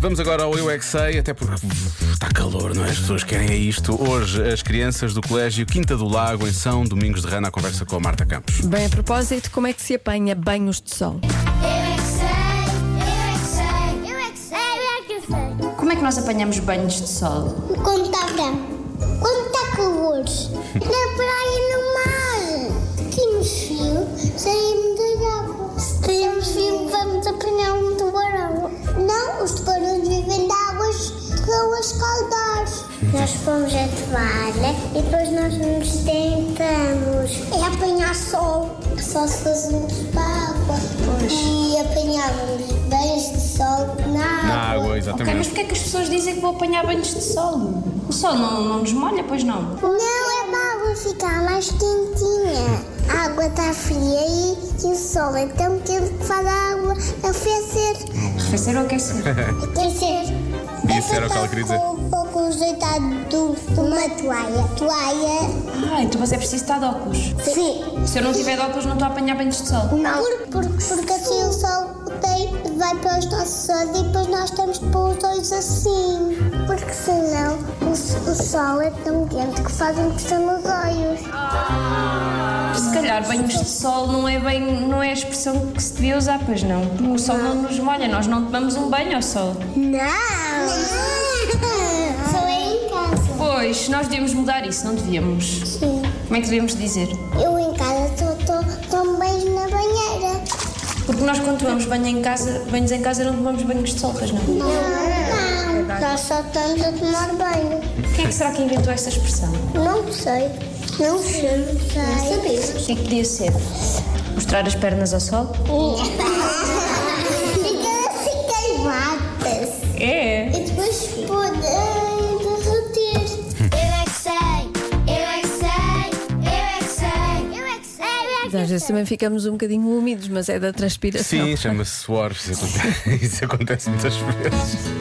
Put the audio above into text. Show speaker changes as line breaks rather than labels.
Vamos agora ao Eu é que Sei, até porque está calor, não é? As pessoas querem é isto. Hoje, as crianças do Colégio Quinta do Lago, em São Domingos de Rana, à conversa com a Marta Campos.
Bem, a propósito, como é que se apanha banhos de sol?
Eu é que sei, eu é que sei, eu é que sei, eu é que sei.
Como é que nós apanhamos banhos de sol?
Quando está quente, quando está calor, na praia e é no mar. Aqui no fio, saímos da água. Se temos fio, vamos apanhar um tubarão. Não, os tubarões vivem de águas que vão escaldar. Nós fomos a toalha e depois nós nos tentamos. É apanhar sol. Só se fôssemos para a água. E apanhávamos banhos de sol na,
Na água,
Ok, mas
exatamente.
porquê é que as pessoas dizem que vão apanhar banhos de sol? O sol não, não nos molha, pois não?
Não, é para a água ficar mais quentinha. A água está fria e, e o sol é tão quente que faz a água aquecer.
Aquecer ou aquecer?
Aquecer.
Isso era o que ela queria dizer.
Um pouco deitado de uma toalha. Toalha?
Ah, então mas é preciso estar de óculos.
Sim.
Se eu não tiver de óculos, não estou a apanhar banhos de sol.
Não. porque assim o sol tem, vai para os nossos olhos e depois nós temos de pôr os olhos assim. Porque senão o, s- o sol é tão quente que faz encostar nos olhos.
Se calhar banhos de sol não é bem, não é a expressão que se devia usar, pois não. Porque o sol não nos molha, nós não tomamos um banho ao sol.
Não! Não! Só é em casa.
Pois, nós devíamos mudar isso, não devíamos.
Sim.
Como é que devíamos dizer?
Eu em casa só tomo banho na banheira.
Porque nós quando tomamos banho em casa, banhos em casa não tomamos banhos de sol, pois não.
Não. Nós só estamos a tomar banho.
Quem é que será que inventou esta expressão?
Não sei. Não sei. Não sei.
O que é que podia ser? Mostrar as pernas ao sol?
Fica assim queimadas.
É.
E depois podem derreter. Eu é que sei. Eu é que sei. Eu é que sei. Eu é que sei. Eu é
Às vezes também ficamos um bocadinho úmidos, mas é da transpiração.
Sim, chama-se suor. Isso acontece, isso acontece muitas vezes.